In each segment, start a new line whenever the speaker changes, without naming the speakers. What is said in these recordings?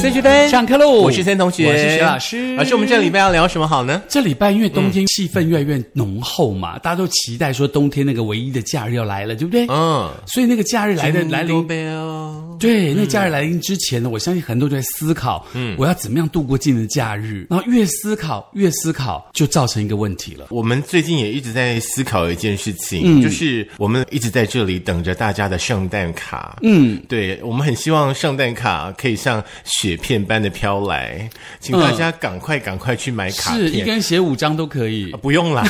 森学灯
上课喽！
我是森同学，
我是徐老师。
老师，我们这礼拜要聊什么好呢？
这礼拜因为冬天气氛越来越浓厚嘛，大家都期待说冬天那个唯一的假日要来了，对不对？
嗯，
所以那个假日来的来临，
Jingle bell
对，那个假日来临之前呢，我相信很多人都在思考，嗯，我要怎么样度过今年的假日？然后越思考越思考，就造成一个问题了。
我们最近也一直在思考一件事
嗯
情，就是我们一直在这里等着大家的圣诞卡。嗯，对，我们很希望圣诞卡可以像雪片般的飘来，请大家赶快赶快去买卡
嗯是一
片。
根写五张都可以
啊，不用 啦，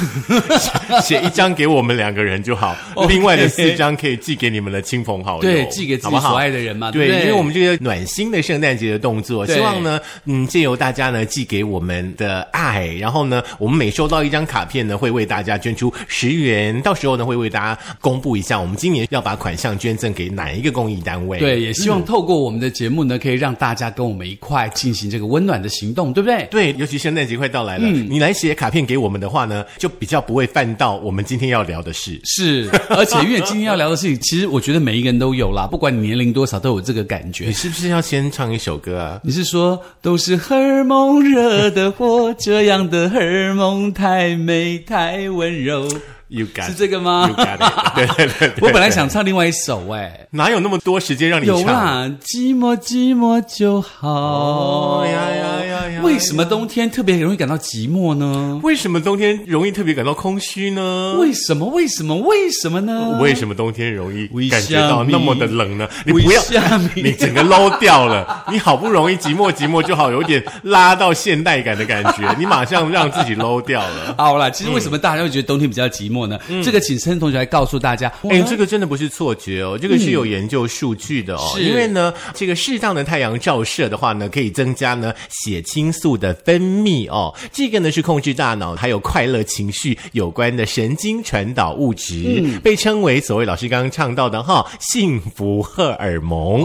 写写一张给我们两个人就好，另外的四张可以寄给你们的亲朋好友，
对，寄给自
好
己
不好
所爱的人嘛，
对，
啊不
因为我们这个暖心的圣诞节的动作，
对
希望呢，嗯，借由大家呢寄给我们的爱，然后呢，我们每收到一张卡片呢，会为大家捐出十元，到时候呢，会为大家公布一下我们今年要把款项捐赠给哪一个公益单位。
对，也
嗯
希望透过我们的节目呢，可以让大家跟我们一块进行这个温暖的行动，对不对？
嗯对，尤其圣诞节快到来了，
嗯
你来写卡片给我们的话呢，就比较不会犯到我们今天要聊的事。
是，而且因为今天要聊的事情，其实我觉得每一个人都有啦， 不管你年龄多少，都有这个感觉
你。是不是要先唱一首歌啊？
你是说都是荷尔蒙惹的祸，这样的荷尔蒙太美太温柔，
You got
是这个吗
You got it 对对对对
我本来想唱另外一首哎、
哪有那么多时间让你
有
唱？
啦，寂寞寂寞就好。
哦呀呀呀呀
为什么冬天特别容易感到寂寞呢？
为什么冬天容易特别感到空虚呢？
为什么？为什么？为什么呢？
为什么冬天容易
为
感觉到
什么
那么的冷呢？你
为
不要
什么，
你整个捞掉了。你好不容易寂寞寂寞就好，有点拉到现代感的感觉，你马上让自己捞掉了。
好啦，其实为什么
嗯
大家会觉得冬天比较寂寞呢？这个请森同学来告诉大家。
哎，这个真的不是错觉哦，这个是有研究数据的哦。
是
因为呢，这个适当的太阳照射的话呢，可以增加呢血清素的分泌哦。这个呢是控制大脑还有快乐情绪有关的神经传导物质，被称为所谓老师刚刚唱到的哈幸福荷尔蒙。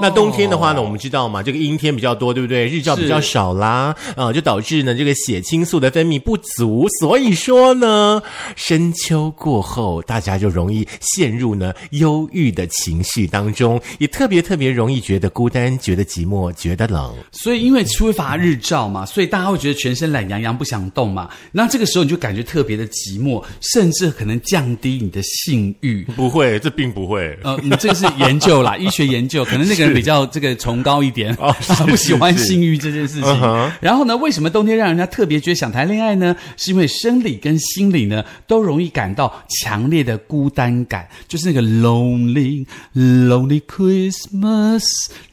那冬天的话呢，我们知道嘛，这个阴天比较多，对不对？日照比较
是
少啦，啊、就导致呢这个血清素的分泌不足，所以说呢，深秋过后，大家就容易陷入呢忧郁的情绪当中，也特别特别容易觉得孤单、觉得寂寞、觉得冷。
所以因为缺乏日照嘛，所以大家会觉得全身懒洋洋不想动嘛。那这个时候你就感觉特别的寂寞，甚至可能降低你的性欲。
不会，这并不会。
呃，你这个是研究啦，医学研究，可能那个人比较这个崇高一点，
哦是
不喜欢
是是嗯
性欲这件事情。然后呢，为什么冬天让人家特别觉得想谈恋爱呢？是因为生理跟心理呢都容易感到强烈的孤单感，就是那个 lonely lonely Christmas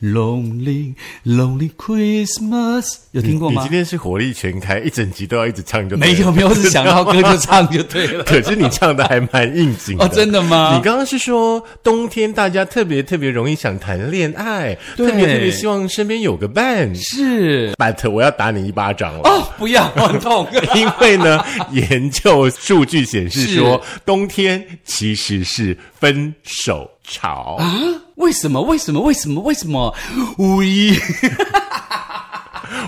lonely lonely Christmas，有听过
你
吗
今？天是火力全开，一整集都要一直唱就对
没
了
有没有，是想到歌就唱就对 了。
可是你唱的还蛮应景的，
哦真的吗
你刚刚是说冬天大家特别特别容易想谈恋爱，
对
特别特别希望身边有个伴。
是
But 我要打你一巴掌了。
哦，不要，很痛。
因为呢，研究数据显示说，冬天其实是分手潮。
啊？为什么？为什么？为什么？为什么？五一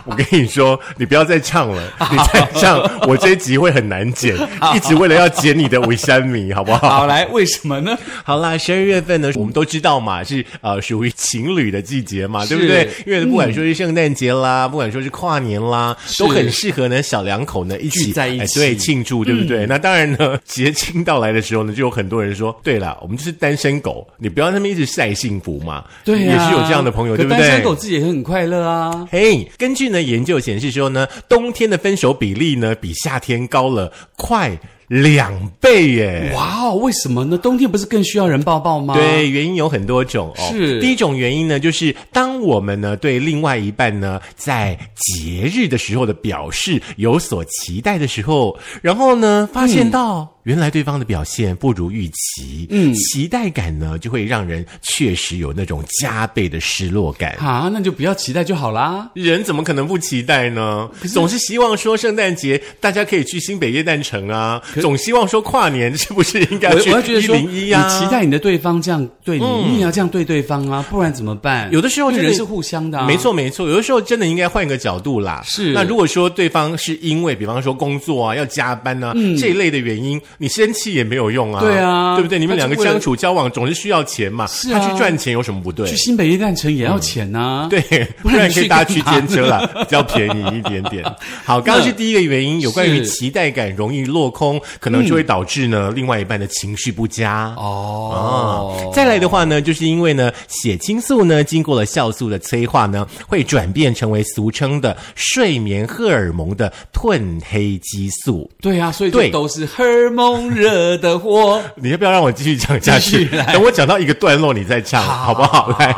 我跟你说，你不要再唱了，你再唱，我这一集会很难剪，一直为了要剪你的维山米，好不 好？
好来，为什么呢？
好啦，十二月份呢，我们都知道嘛，是呃属于情侣的季节嘛，对不
是嗯
对？因为不管说是圣诞节啦，不管说是跨年啦，都很适合呢小两口呢一起
聚在一
哎
起嗯
对庆祝，对不对？那当然呢，节庆到来的时候呢，就有很多人说，对啦，我们就是单身狗，你不要在那边一直晒幸福嘛，
对、啊，
也是有这样的朋友，
可
对不
单身
对？
狗自己也很快乐啊。
嘿，根据呢研究显示说呢，冬天的分手比例呢比夏天高了快两倍耶！
哇哦，为什么呢？冬天不是更需要人抱抱吗？，
对，原因有很多种哦。
啊是
第一种原因呢，就是当我们呢对另外一半呢在节日的时候的表示有所期待的时候，然后呢发现到、原来对方的表现不如预期，嗯，期待感呢就会让人确实有那种加倍的失落感。
啊，那就不要期待就好啦。
人怎么可能不期待呢？总是希望说圣诞节大家可以去新北耶诞城啊，总希望说跨年是不是应
我
该去
我要觉得
一
说，
零
你
一啊？
期待你的对方这样对你，你也要这样对对方啊，不然怎么办？
有的时候
因为
真的
人是互相的、啊，
没。错，没错，有的时候真的应该换个角度啦。
是
那如果说对方是因为，比方说工作啊要加班呢、啊这一类的原因，你生气也没有用啊，
嗯对啊
对不对？你们
他
两
就
个
为了
相处交往总是需要钱嘛，
是啊
他去赚钱有什么不对
去？新北夜诞城也要钱啊呐、
对， 不
然
然
你
可以
去
搭区
干嘛
间车啦， 比较便宜一点 点。好，刚刚是第一个原因，有关于
是嗯
期待感容易落空，可能就会导致呢、另外一半的情绪不佳。
哦，
啊再来的话呢，就是因为呢，血清素呢经过了酵素的催化呢，会转变成为俗称的睡眠荷尔蒙的褪黑激素。
对啊，所以
对
这都是荷尔蒙惹的祸。
你要不要让我继续讲下去
继续来？
等我讲到一个段落，你再唱，好
好
不好？来，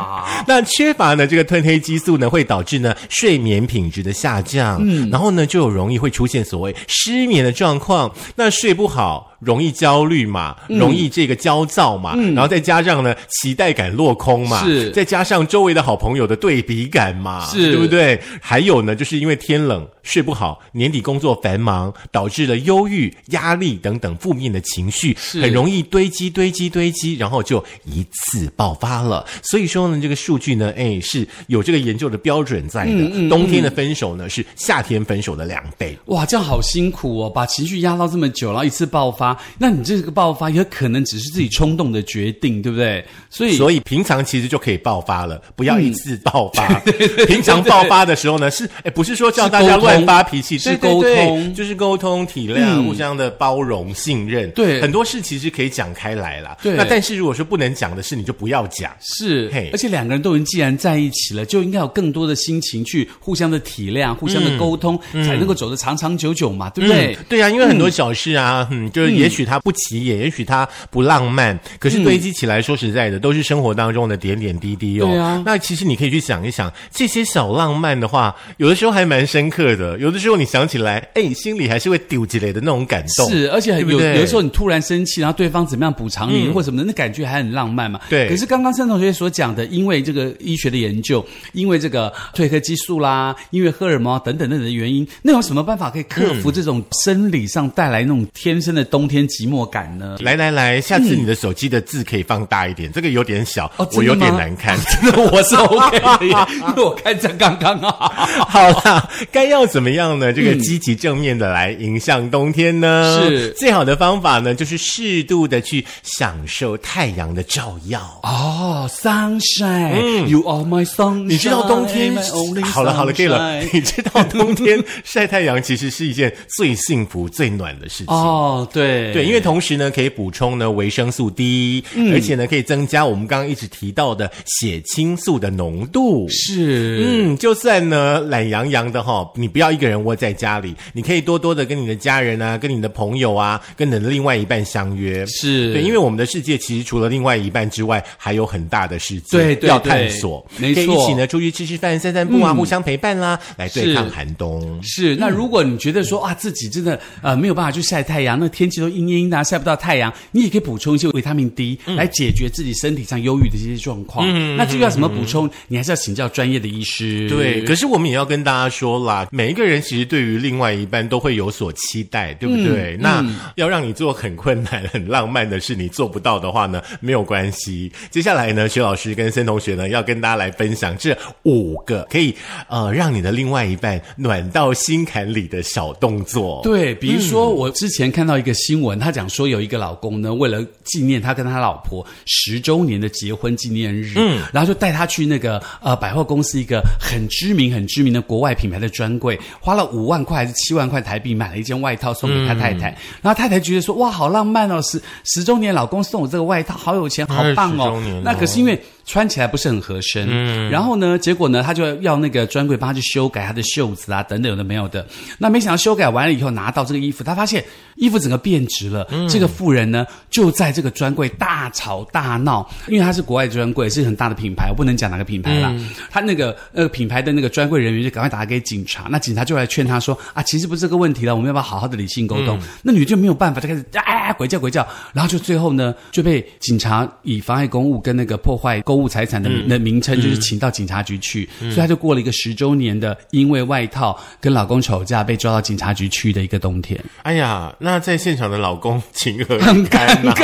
那缺乏呢这个褪黑激素呢，会导致呢睡眠品质的下降，嗯，然后呢就有容易会出现所谓失眠的状况，那睡不好。容易焦虑嘛，
嗯
容易这个焦躁嘛，然后再加上呢期待感落空嘛，
是
再加上周围的好朋友的对比感嘛，
是
对不对？还有呢，就是因为天冷睡不好，年底工作繁忙，导致了忧郁、压力等等负面的情绪，
是
很容。容易堆积、堆积、堆积，然后就一次爆发了。所以说呢，这个数据呢，哎，是有这个研究的标准在的。冬天的分手呢，是夏天分手的两倍。
哇，这样好辛苦哦，把情绪压到这么久，然后一次爆发，那你这个爆发也可能只是自己冲动的决定，对不对？所以
所以平常其实就可以爆发了，不要一次爆发。 平常爆发的时候呢，是哎，不是说叫大
是
家
沟通
乱发脾气，对
是
对
沟
对
通嗯
就是沟通、体谅、互相的包容、信任。
对
很多事其实可以讲开来啦。
对
那但是如果说不能讲的事，你就不要讲。
是
嘿，
而且两个人都已经既然在一起了，就应该有更多的心情去互相的体谅、互相的沟通，才能够走得长长久久嘛，对不对？
嗯对啊，因为很多小事啊，嗯，就是也许它不起眼，也许它不浪
嗯
漫，可是堆积起来，说实在的，都是生活当中的点点滴滴哦。
对啊
那其实你可以去想一想，这些小浪漫的话，有的时候还蛮深刻的，有的时候你想起来，哎，心里还是会丢起来的那种感动。
是，而且
对
有
不对嗯
有的时候你突然生气，然后对方怎么样补偿你、或什么的，那感觉还很浪漫嘛。
对
可是刚刚盛同学所讲的，因为这个医学的研究，因为这个褪黑激素啦，因为荷尔蒙啊等等等等的原因，那有什么办法可以克服这种生理上带来那种天生的冬天寂寞 感呢？
来来来，下次你的手机的字可以放大一点，这个有点小，
嗯哦真的
我有点
吗
难看。
真的我是 OK 的耶， 因为我看这刚刚啊。
好啦，该要怎么样呢？这个积极正面的来迎向冬天呢？
是
最好的方法呢，就是适度的去享受太阳的照耀。
哦、s u n s h i n e y o u are my sunshine。
嗯你知道冬天
only
好了好了，可以了
sunshine。
你知道冬天晒太阳其实是一件最幸福、最暖的事情。
哦，对
对，因为同时呢，可以补充呢维生素 D，、而且呢，可以增加我们刚刚一直提到的血清素的浓度。
是
嗯，就算呢懒洋洋的哈、你不要一个人窝在家里，你可以多多的跟你的家人啊、跟你的朋友啊、跟你的另外一半相约。
是
对，因为我们的世界其实除了另外一半之外，还有很大的世界
对对
要
对
探索，
没
可以一
错嗯
起呢出去吃吃饭、散散步啊，互相陪伴啦，来对
是
抗寒冬。
是，那如果你觉得说啊自己真的呃没有办法去晒太阳，那天气都阴阴的啊、晒不到太阳，你也可以补充一些维他命 D、来解决自己身体上忧郁的这些状况。那至于要怎么补充，你还是要请教专业的医师。
对，可是我们也要跟大家说啦，每一个人其实对于另外一半都会有所期待，对不对？那、要让你做很困难、很浪漫的事，你做不到的话呢，没有关系。接下来呢，薛老师跟森同学呢，要跟大家来分享这五个可以呃让你的另外一半暖到心坎里的小动作。
对，比如说我之前看到一个新闻，他讲说有一个老公呢，为了纪念他跟他老婆十周年的结婚纪念日，嗯，然后就带他去那个呃百货公司一个很知名很知名的国外品牌的专柜，花了五万块还是七万块台币买了一件外套送给他太太，然后太太觉得说哇好浪漫哦，十十周年老公送我这个外套，好有钱，好棒
20
哦
周年哦，嗯
那可是因为。穿起来不是很合身，然后呢，结果呢，他就要那个专柜帮他去修改他的袖子啊，等等有的没有的。那没想到修改完了以后，拿到这个衣服，他发现衣服整个变质了。
嗯
这个妇人呢，就在这个专柜大吵大闹，因为他是国外专柜，是很大的品牌，我不能讲哪个品牌啦。
嗯
他那个那个品牌的那个专柜人员就赶快打给警察，那警察就来劝他说啊，其实不是这个问题了，我们要不要好好的理性沟通？那女的就没有办法，就开始啊鬼叫鬼叫，然后就最后呢就被警察以妨碍公务跟那个破坏公物财产的的名称，就是请到警察局去，所以她就过了一个十周年的因为外套跟老公吵架被抓到警察局去的一个冬天。
哎呀，那在现场的老公情何以堪 呐、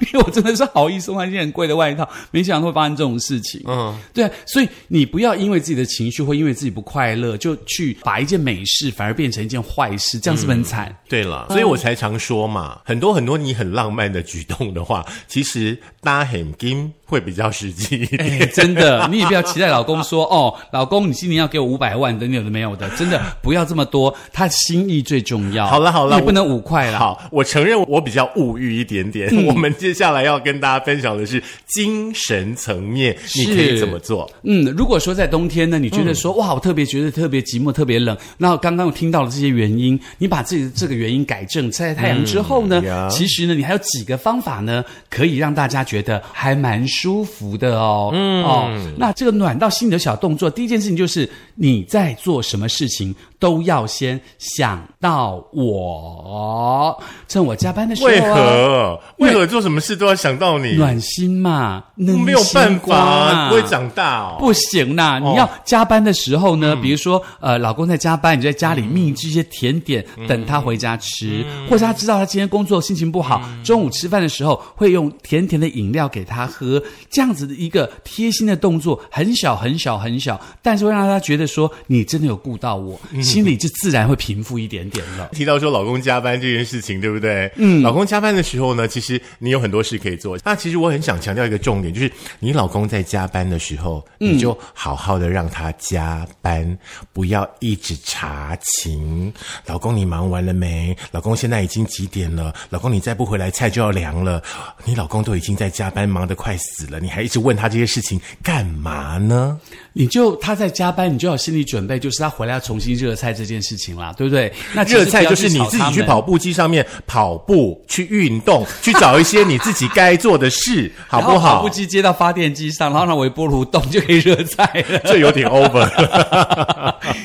因为我真的是好意送他一件很贵的外套，没想到会发生这种事情。
嗯，
对啊，所以你不要因为自己的情绪或因为自己不快乐，就去把一件美事反而变成一件坏事，这样是不是很惨？
对了，所以我才常说嘛，
嗯
很多很多你很浪漫的举动的话， 其实搭很金会比较实际一点。
哎真的，你也不要期待老公说哦，老公，你今年要给我五百万，等你有的没有的，真的不要这么多，他心意最重要。
好了好了
你不能五块 啦。
好，我承认我比较物欲一点点。
嗯
我们接下来要跟大家分享的是精神层面，你可以
是
怎么做？
嗯，如果说在冬天呢，你觉
嗯
得说、哇，我特别觉得特别寂寞，特别冷，那刚刚我听到了这些原因，你把自己的这个原因改正，晒晒太阳之后呢，
嗯呀
其实呢，你还有几个方法呢，可以让大家觉得还蛮舒服的哦。嗯，哦，那这个暖到心里的小动作，第一件事情就是你在做什么事情都要先想到我，趁我加班的时候、啊，
为何为何做什么事都要想到你？
暖心嘛？
没有办法
啊，
啊，不会长大哦。
不行啦！
哦嗯
你要加班的时候呢，比如说呃，老公在加班，你就在家里秘制一些甜点，
嗯
等他回家吃，或者他知道他今天工作心情不好，
嗯
中午吃饭的时候会用甜甜的饮料给他喝，这样子的一个贴心的动作，很小很小很小，但是会让他觉得说你真的有顾到我，
嗯
心里就自然会平复一点点了。
提到说老公加班这件事情，对不对？嗯，老公加班的时候呢，其实你有很多事可以做。那其实我很想强调一个重点，就是你老公在加班的时候，你就好好的让他加班，不要一直查勤。老公，你忙完了没？老公，现在已经几点了？老公，你再不回来，菜就要凉了。你老公都已经在加班，忙得快死了，你还一直问他这些事情干嘛呢？
你就他在加班，你就要有心理准备，就是他回来要重新热菜这件事情啦，对不对？那 其实
热菜
不要
就是你
吵
自己
他
去
们
跑步机上面跑步、去运动、去找一些你自己该做的 事，好不
然后跑
好
步？机接到发电机上，然后让微波炉动就可以热菜了。
这有点 over 了。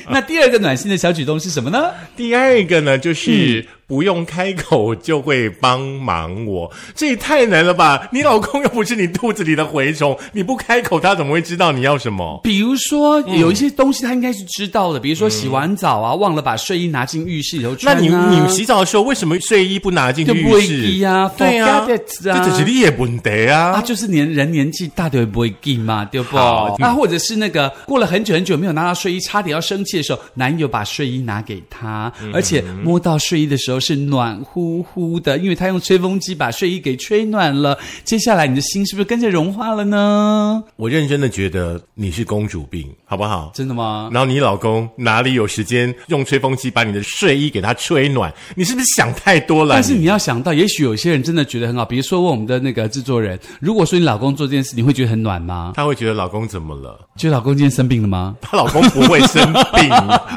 那第二个暖心的小举动是什么呢？
第二个呢，就是
嗯
不用开口就会帮忙我，这也太难了吧？你老公又不是你肚子里的蛔虫，你不开口，他怎么会知道你要什么？
比如说有一些东西他应该是知道的，比如说洗完澡啊，忘了把睡衣拿进浴室里头
那
穿、啊。
你你洗澡的时候为什么睡衣不拿进去
就不
浴
会
室
记啊
对啊，
forget
这
it 啊
只是你也不得
啊，
啊。
就是年人年纪大都不会进嘛，对不？
好
那或者是那个过了很久很久没有拿到睡衣，差点要生气的时候，男友把睡衣拿给她，而且摸到睡衣的时候是暖乎乎的，因为他用吹风机把睡衣给吹暖了。接下来你的心是不是跟着融化了呢？
我认真的觉得你是公主病，好不好？
真的吗？
然后你老公哪里有时间用吹风机把你的睡衣给它吹暖？你是不是想太多了？
但是你要想到，也许有些人真的觉得很好，比如说问我们的那个制作人，如果说你老公做这件事，你会觉得很暖吗？
她会觉得老公怎么了？
觉得老公今天生病了 吗？
她老公不会生 病、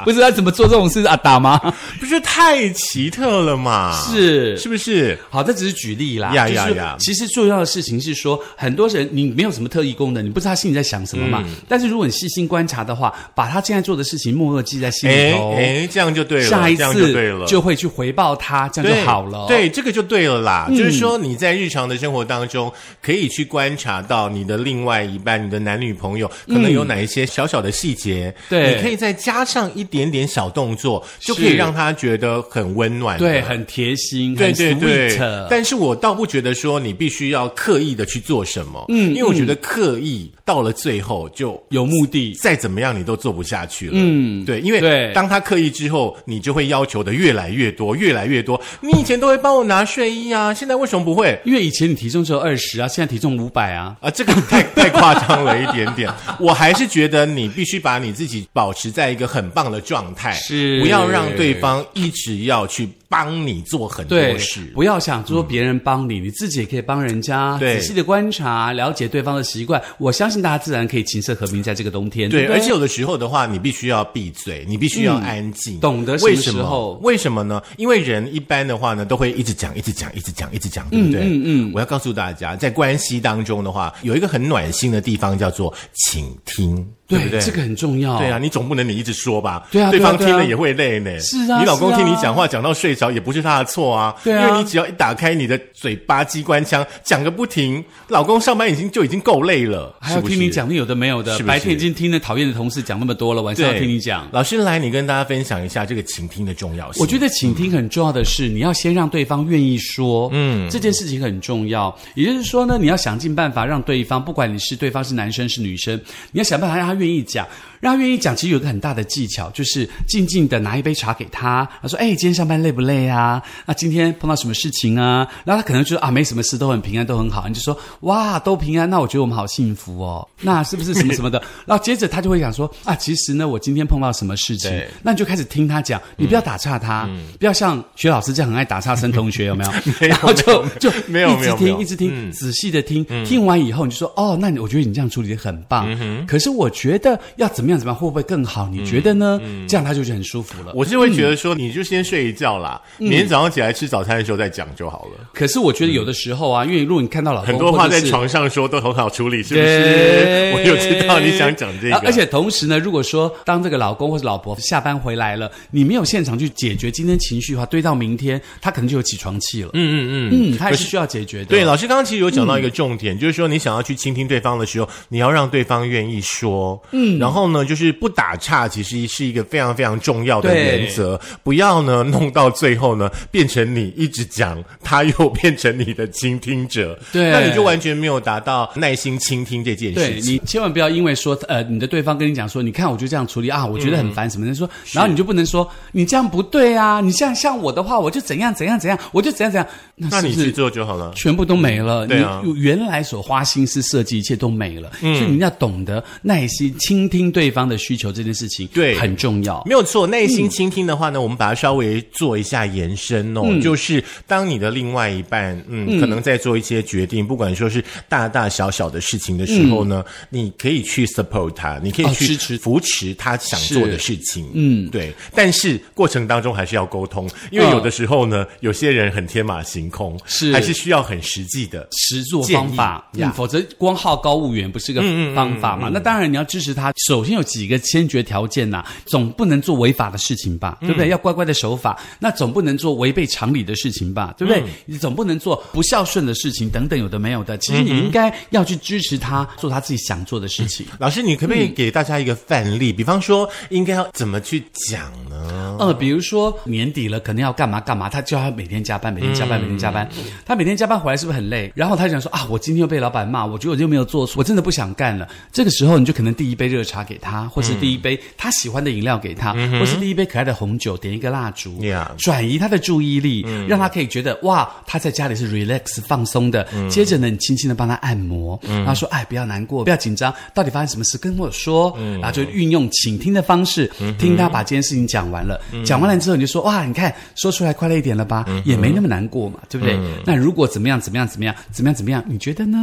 不是他怎么做这种事啊？打吗？
不是太奇特了嘛？
是
是不是？
好，这只是举例啦。
呀
就是
呀呀
其实重要的事情是说，很多人你没有什么特异功能，你不知道他心里在想什么嘛。但是如果你细心观察的话，把他现在做的事情默默记在心里
哎
头，
哎，这样就对了，
下一
这样就对
次
了。
就会去回报他，这样
对
就好了。。嗯
对，这个就对了啦。就是说你在日常的生活当中，可以去观察到你的另外一半、你的男女朋友，可能有哪一些小小的细节，
对
你可以再加上一点点小动作，就可以
是
让他觉得很温暖的，
对，很贴心，
对
很
对对
sweet，
但是我倒不觉得说你必须要刻意的去做什么，嗯，因为我觉得刻意到了最后就
有目的。
再怎么样你都做不下去了，嗯，对，因为
对
当他刻意之后，你就会要求的越来越多，越来越多。你以前都会帮我拿睡衣啊，现在为什么不会？
因为以前你体重只有二十啊，现在体重五百啊。
啊，这个太 太夸张了一点点。我还是觉得你必须把你自己保持在一个很棒的状态，
是
不要让对方一直要去帮你做很多
对
事。，
不要想说别人帮你，你自己也可以帮人家。
嗯对
仔细的观察，了解对方的习惯，我相信大家自然可以琴瑟和鸣，在这个冬天。
对，
不嗯
而且有的时候的话，你必须要闭嘴，你必须要安静，
懂得什么
为什
时
么
候？
为什么呢？因为人一般的话呢，都会一直讲，一直讲，一直讲，一直讲，对不对？嗯嗯我要告诉大家，在关系当中的话，有一个很暖心的地方叫做倾听。对不对？
这个很重要。
对啊，，你总不能你一直说吧？
对啊
对
对啊
方听
对
了
啊
也会累呢。
是啊
你老公
是啊
听你讲话讲到睡着也不是他的错啊。
对啊
因为你只要一打开你的嘴巴机关枪讲个不停，老公上班已经就已经够累了，
还要听你讲那有的没有的，
是不是
白天已经听了讨厌的同事讲那么多了，晚
是不
上
是。
要
对，
听你讲。
老师来，你跟大家分享一下这个倾听的重要性。
我觉得倾听很重要的是，你要先让对方愿意说，嗯，这件事情很重要。也就是说呢，你要想尽办法让对方，不管你是对方是男生是女生，你要想办法让他愿意讲，让他愿意讲。其实有一个很大的技巧，就是静静的拿一杯茶给他，他说：“哎，今天上班累不累啊？那今天碰到什么事情啊？”然后他可能就说：“啊，没什么事，都很平安，都很好。”你就说：“哇，都平安，那我觉得我们好幸福哦。那是不是什么什么的？”然后接着他就会想说：“啊，其实呢，我今天碰到什么事情
对？
那你就开始听他讲，
嗯
你不要打岔他，不要像学老师这样很爱打岔生同学，有 没有？
有
然后就就
没有
一
没
直
有没有嗯
听，一直听，仔细的听，听完以后你就说哦，那你我觉得你这样处理的很棒，
嗯
可是我觉得要怎么样怎么样会不会更好？你觉得呢？
嗯
这样他就觉得很舒服了。
我是会觉得说，你就先睡一觉啦，
嗯
明天早上起来吃早餐的时候再讲就好了。
可是我觉得有的时候啊，因为如果你看到老
嗯
公
很多话
哦或者
在
是
床上说都很好处理，是不是
对，？
我有知道你想讲这个
啊，而且同时呢，如果说当这个老公或者老婆下班回来了，你没有现场去解决今天情绪的话，堆到明天，他可能就有起床气了。嗯嗯嗯，他也是需要解决的。
对，老师刚刚其实有讲到一个重点，
嗯
就是说你想要去倾听对方的时候，你要让对方愿意说，嗯，然后呢，就是不打岔，其实是一个非常非常重要的
对
原则，不要呢弄到最后呢变成你一直讲，他又变成你的倾听者，
对
那你就完全没有达到耐心倾听这件
对
事情。
你千万不要因为说呃，你的对方跟你讲说，你看我就这样处理啊，我觉得很
嗯
烦什么的，说，然后你就不能说你这样不对啊，你像像我的话，我就怎样怎样怎样，我就怎样怎样，
那
那是
你
不
去
是？
做就好了。
全部都没了，
对啊嗯
你原来所花心思设计一切都没了，所以你要懂得耐心倾听对方的需求，这件事情
对
很重要。
没有错，内心倾听的话呢，我们把它稍微做一下延伸哦，
嗯
就是当你的另外一半，嗯，可能在做一些决定，不管说是大大小小的事情的时候呢，你可以去 support 他，你可以
嗯哦
去
支持
扶持他想做的事情，嗯，对。但是过程当中还是要沟通，因为
嗯
有的时候呢，有些人很天马行空，
是
还是需要很实际的。
实做方法，
建议呀嗯
嗯否则光好高骛远不是个方法嘛。那当然你要支持他，首先有几个先决条件呐、总不能做违法的事情吧，
嗯
对不对？要乖乖的守法，那总不能做违背常理的事情吧，对
嗯
不对？你总不能做不孝顺的事情等等，有的没有的。其实
嗯
你应该要去支持他做他自己想做的事情。
老师，你可不
嗯
可以给大家一个范例？比方说，应该要怎么去讲呢？
呃，比如说年底了，可能要干嘛干嘛，他叫他每天加班，每天加班，每天加班。他每天加班回来是不是很累？然后他就想说啊，我今天又被老板骂，我觉得我就没有做错，我真的不想干了。这个时候你就可能递一杯热茶给他，或是递一杯他喜欢的饮料给他，或是递一杯可爱的红酒，点一个蜡烛
Yeah
转移他的注意力，让他可以觉得哇，他在家里是 relax 放松的。接着呢，你轻轻的帮他按摩，然后说哎，不要难过，不要紧张，到底发生什么事跟我说。然后就运用倾听的方式，听他把这件事情讲完了。讲完了之后，你就说哇，你看说出来快乐一点了吧，也没那么难过嘛，对不对？那如果怎么样怎么样怎么样怎么样怎么样，你觉得呢？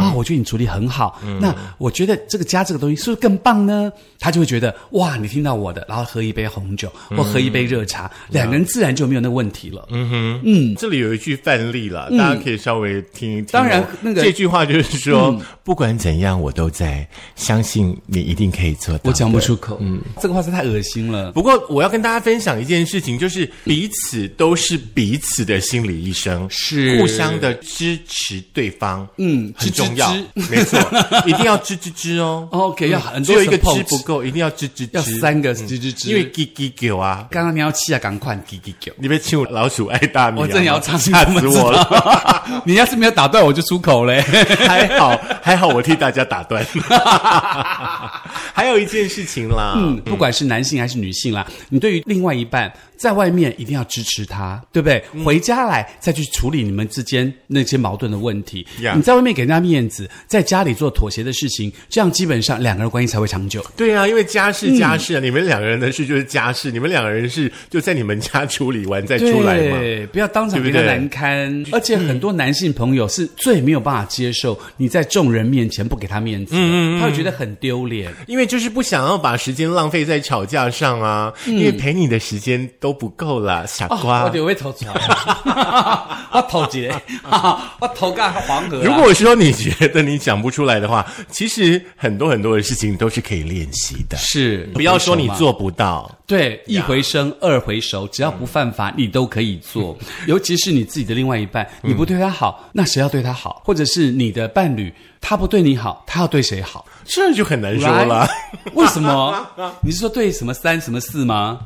啊，我觉得你处理很好。那我觉得这个家这个东西是不是更棒呢？他就会觉得哇，你听到我的，然后喝一杯红酒或喝一杯热茶，两个人自然就没有那个问题了。
这里有一句范例啦，大家可以稍微听一听哦。
嗯当然那个嗯
这句话就是说，不管怎样我都在，相信你一定可以做到。
我讲不出口，嗯，这个话是太恶心了。
不过我要跟大家分享一件事情，就是彼此都是彼此的心理医生，
是
互相的支持对方，嗯，很
支支
重要
支，
没错，一定要支支支哦。
OK，要
嗯
很
只
多
有一个支
support
不够，一定要支支支，
要三个吱吱吱，
因为叽叽狗啊，
刚刚你要气啊，赶快叽叽叫。
你被欺负老鼠爱大米啊，
我真的要唱，
吓死我了。
了！ 你要是没有打断，我就出口嘞。
还好，还好，我替大家打断。 还有一件事情啦，
嗯，不管是男性还是女性啦，你对于另外一半在外面一定要支持他，对不对？
嗯
回家来再去处理你们之间那些矛盾的问题。
Yeah
你在外面给人家面子，在家里做妥协的事情，这样基本上两个人关系才会长久。
对啊，因为家事家事啊，
嗯
你们两个人的事就是家事，你们两个人是就在你们家处理完再哎出来嘛。
对，不要当场
对
给
不对嗯
他难堪。而且很多男性朋友是最没有办法接受你在众人面前不给他面
嗯
子的，他会觉得很丢脸。
因为就是不想要把时间浪费在吵架上啊，因为陪你的时间都都不够啦，傻瓜。
嗯哦我就会头船， 我头一个， 我头干黄河啊。
如果说你觉得你讲不出来的话，其实很多很多的事情都是可以练习的。
是
不要说你做不到，
对，一回生，二回熟，只要不犯法，你都可以做。
嗯
尤其是你自己的另外一半，你不对他好，那谁要对他好？或者是你的伴侣，他不对你好，他要对谁好？
这就很难说了。
Right？为什么？你是说对什么三什么四吗？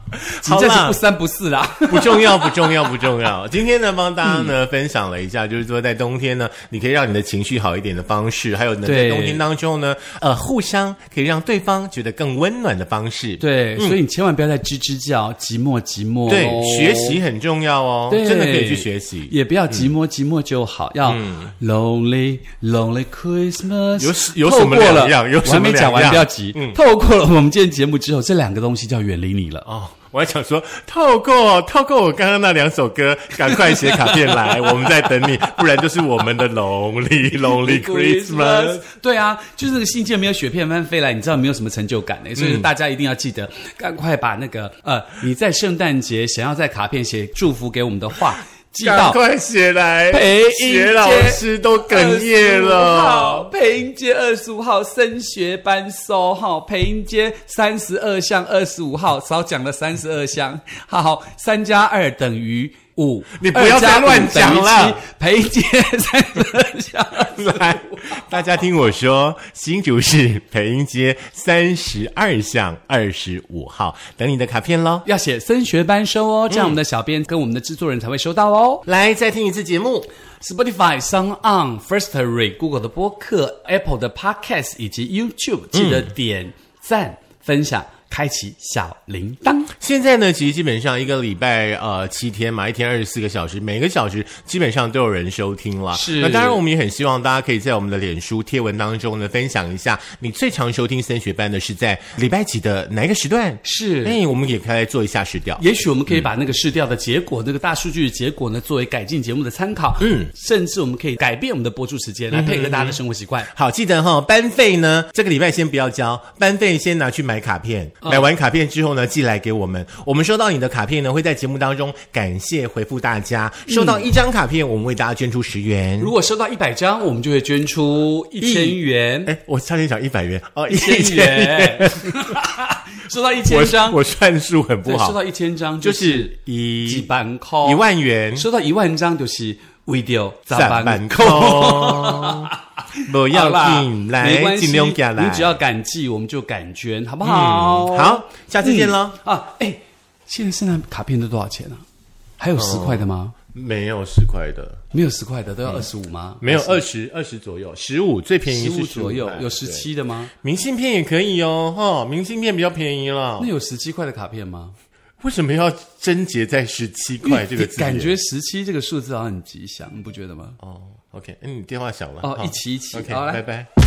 好啦
这是不三不四啦。
不重要，不重要，不重 要。今天呢，帮大家呢、分享了一下，就是说在冬天呢，你可以让你的情绪好一点的方式，还有呢，在
对
冬天当中呢，呃，互相可以让对方觉得更温暖的方式。
对，所以你千万不要再吱吱叫，寂寞寂寞。
嗯对，学。习很重要哦，
对，
真的可以去学习。嗯
也不要寂寞寂寞就好，要 lonely lonely Christmas
有什有
透
什么
过
两
了
样有
我
什
还
么
没讲
两
完，
样嗯
不要急。透过了我们今天节目之后，这两个东西就要远离你了。
哦，我还想说，透过透过我刚刚那两首歌，赶快写卡片来，我们在等你，不然就是我们的 Lonely Lonely Christmas。
对啊，就是那个信件没有雪片般飞来，你知道没有什么成就感的、
嗯
所以大家一定要记得，赶快把那个呃，你在圣诞节想要在卡片写祝福给我们的话，寄
赶
到
快写来，
裴英
学老
杰
师都哽咽了。。
配音街二十五号升学班收号，配音街三十二巷二十五号少讲了三十二巷。好，三加二等于五，
你不要再乱讲了。
配音街三十二巷
来，大家听我说，新竹市培英街三十二巷二十五号，等你的卡片喽。
要写升学班收哦，这样我们的小编跟我们的制作人才会收到哦。
来，再听一次节目。
Spotify、s o n On、Firstory、Google 的播客、Apple 的 Podcast 以及 YouTube，记
嗯
得点赞、分享、开启小铃铛。
现在呢，其实基本上一个礼拜呃七天嘛，一天二十四个小时，每个小时基本上都有人收听了。
是
那当然我们也很希望大家可以在我们的脸书贴文当中呢，分享一下你最常收听升学班的是在礼拜几的哪一个时段？
是
哎，我们也可以来做一下试调。
也许我们可以把那个试调的结果，那个大数据的结果呢，作为改进节目的参考。嗯，甚至我们可以改变我们的播出时
嗯
间，来配合大家的生活习惯。
好，记得哈、班费呢，这个礼拜先不要交，班费先拿去买卡片，
哦
买完卡片之后呢，寄来给我们。我们收到你的卡片呢，会在节目当中感谢回复大家。收到一张卡片，我们为大家捐出十元。
如果收到一百张，我们就会捐出一千元，
哎，我差点讲一百元哦，一
一千 元。收到一千张，
我我算数很
对
不好
收，到一千张
就
就是
是一
几万块，
一万元
收到一万张就是 video
三万块， 不
好
要
啦，
紧，
没
来
关系，
尽量下来嗯
你。只要敢寄，我们就敢捐，好不好？
好，下次见喽。
啊！哎，现在圣诞卡片都多少钱啊？还有十块的吗？
没有十块的，
没有十块的都要二十五吗？
没有二十二十左右，十五最便宜
十
是
五
15
左右
块，
有十。
对
七的吗？
明信片也可以哦，哦，明信片比较便宜了
那。有十七块的卡片吗？
为什么要贞洁在十七块这个字眼？
感觉十七这个数字好像很吉祥，你不觉得吗？
哦，OK，嗯，你电话响了
哦
好
一起一起
，OK，
好
拜
来
拜。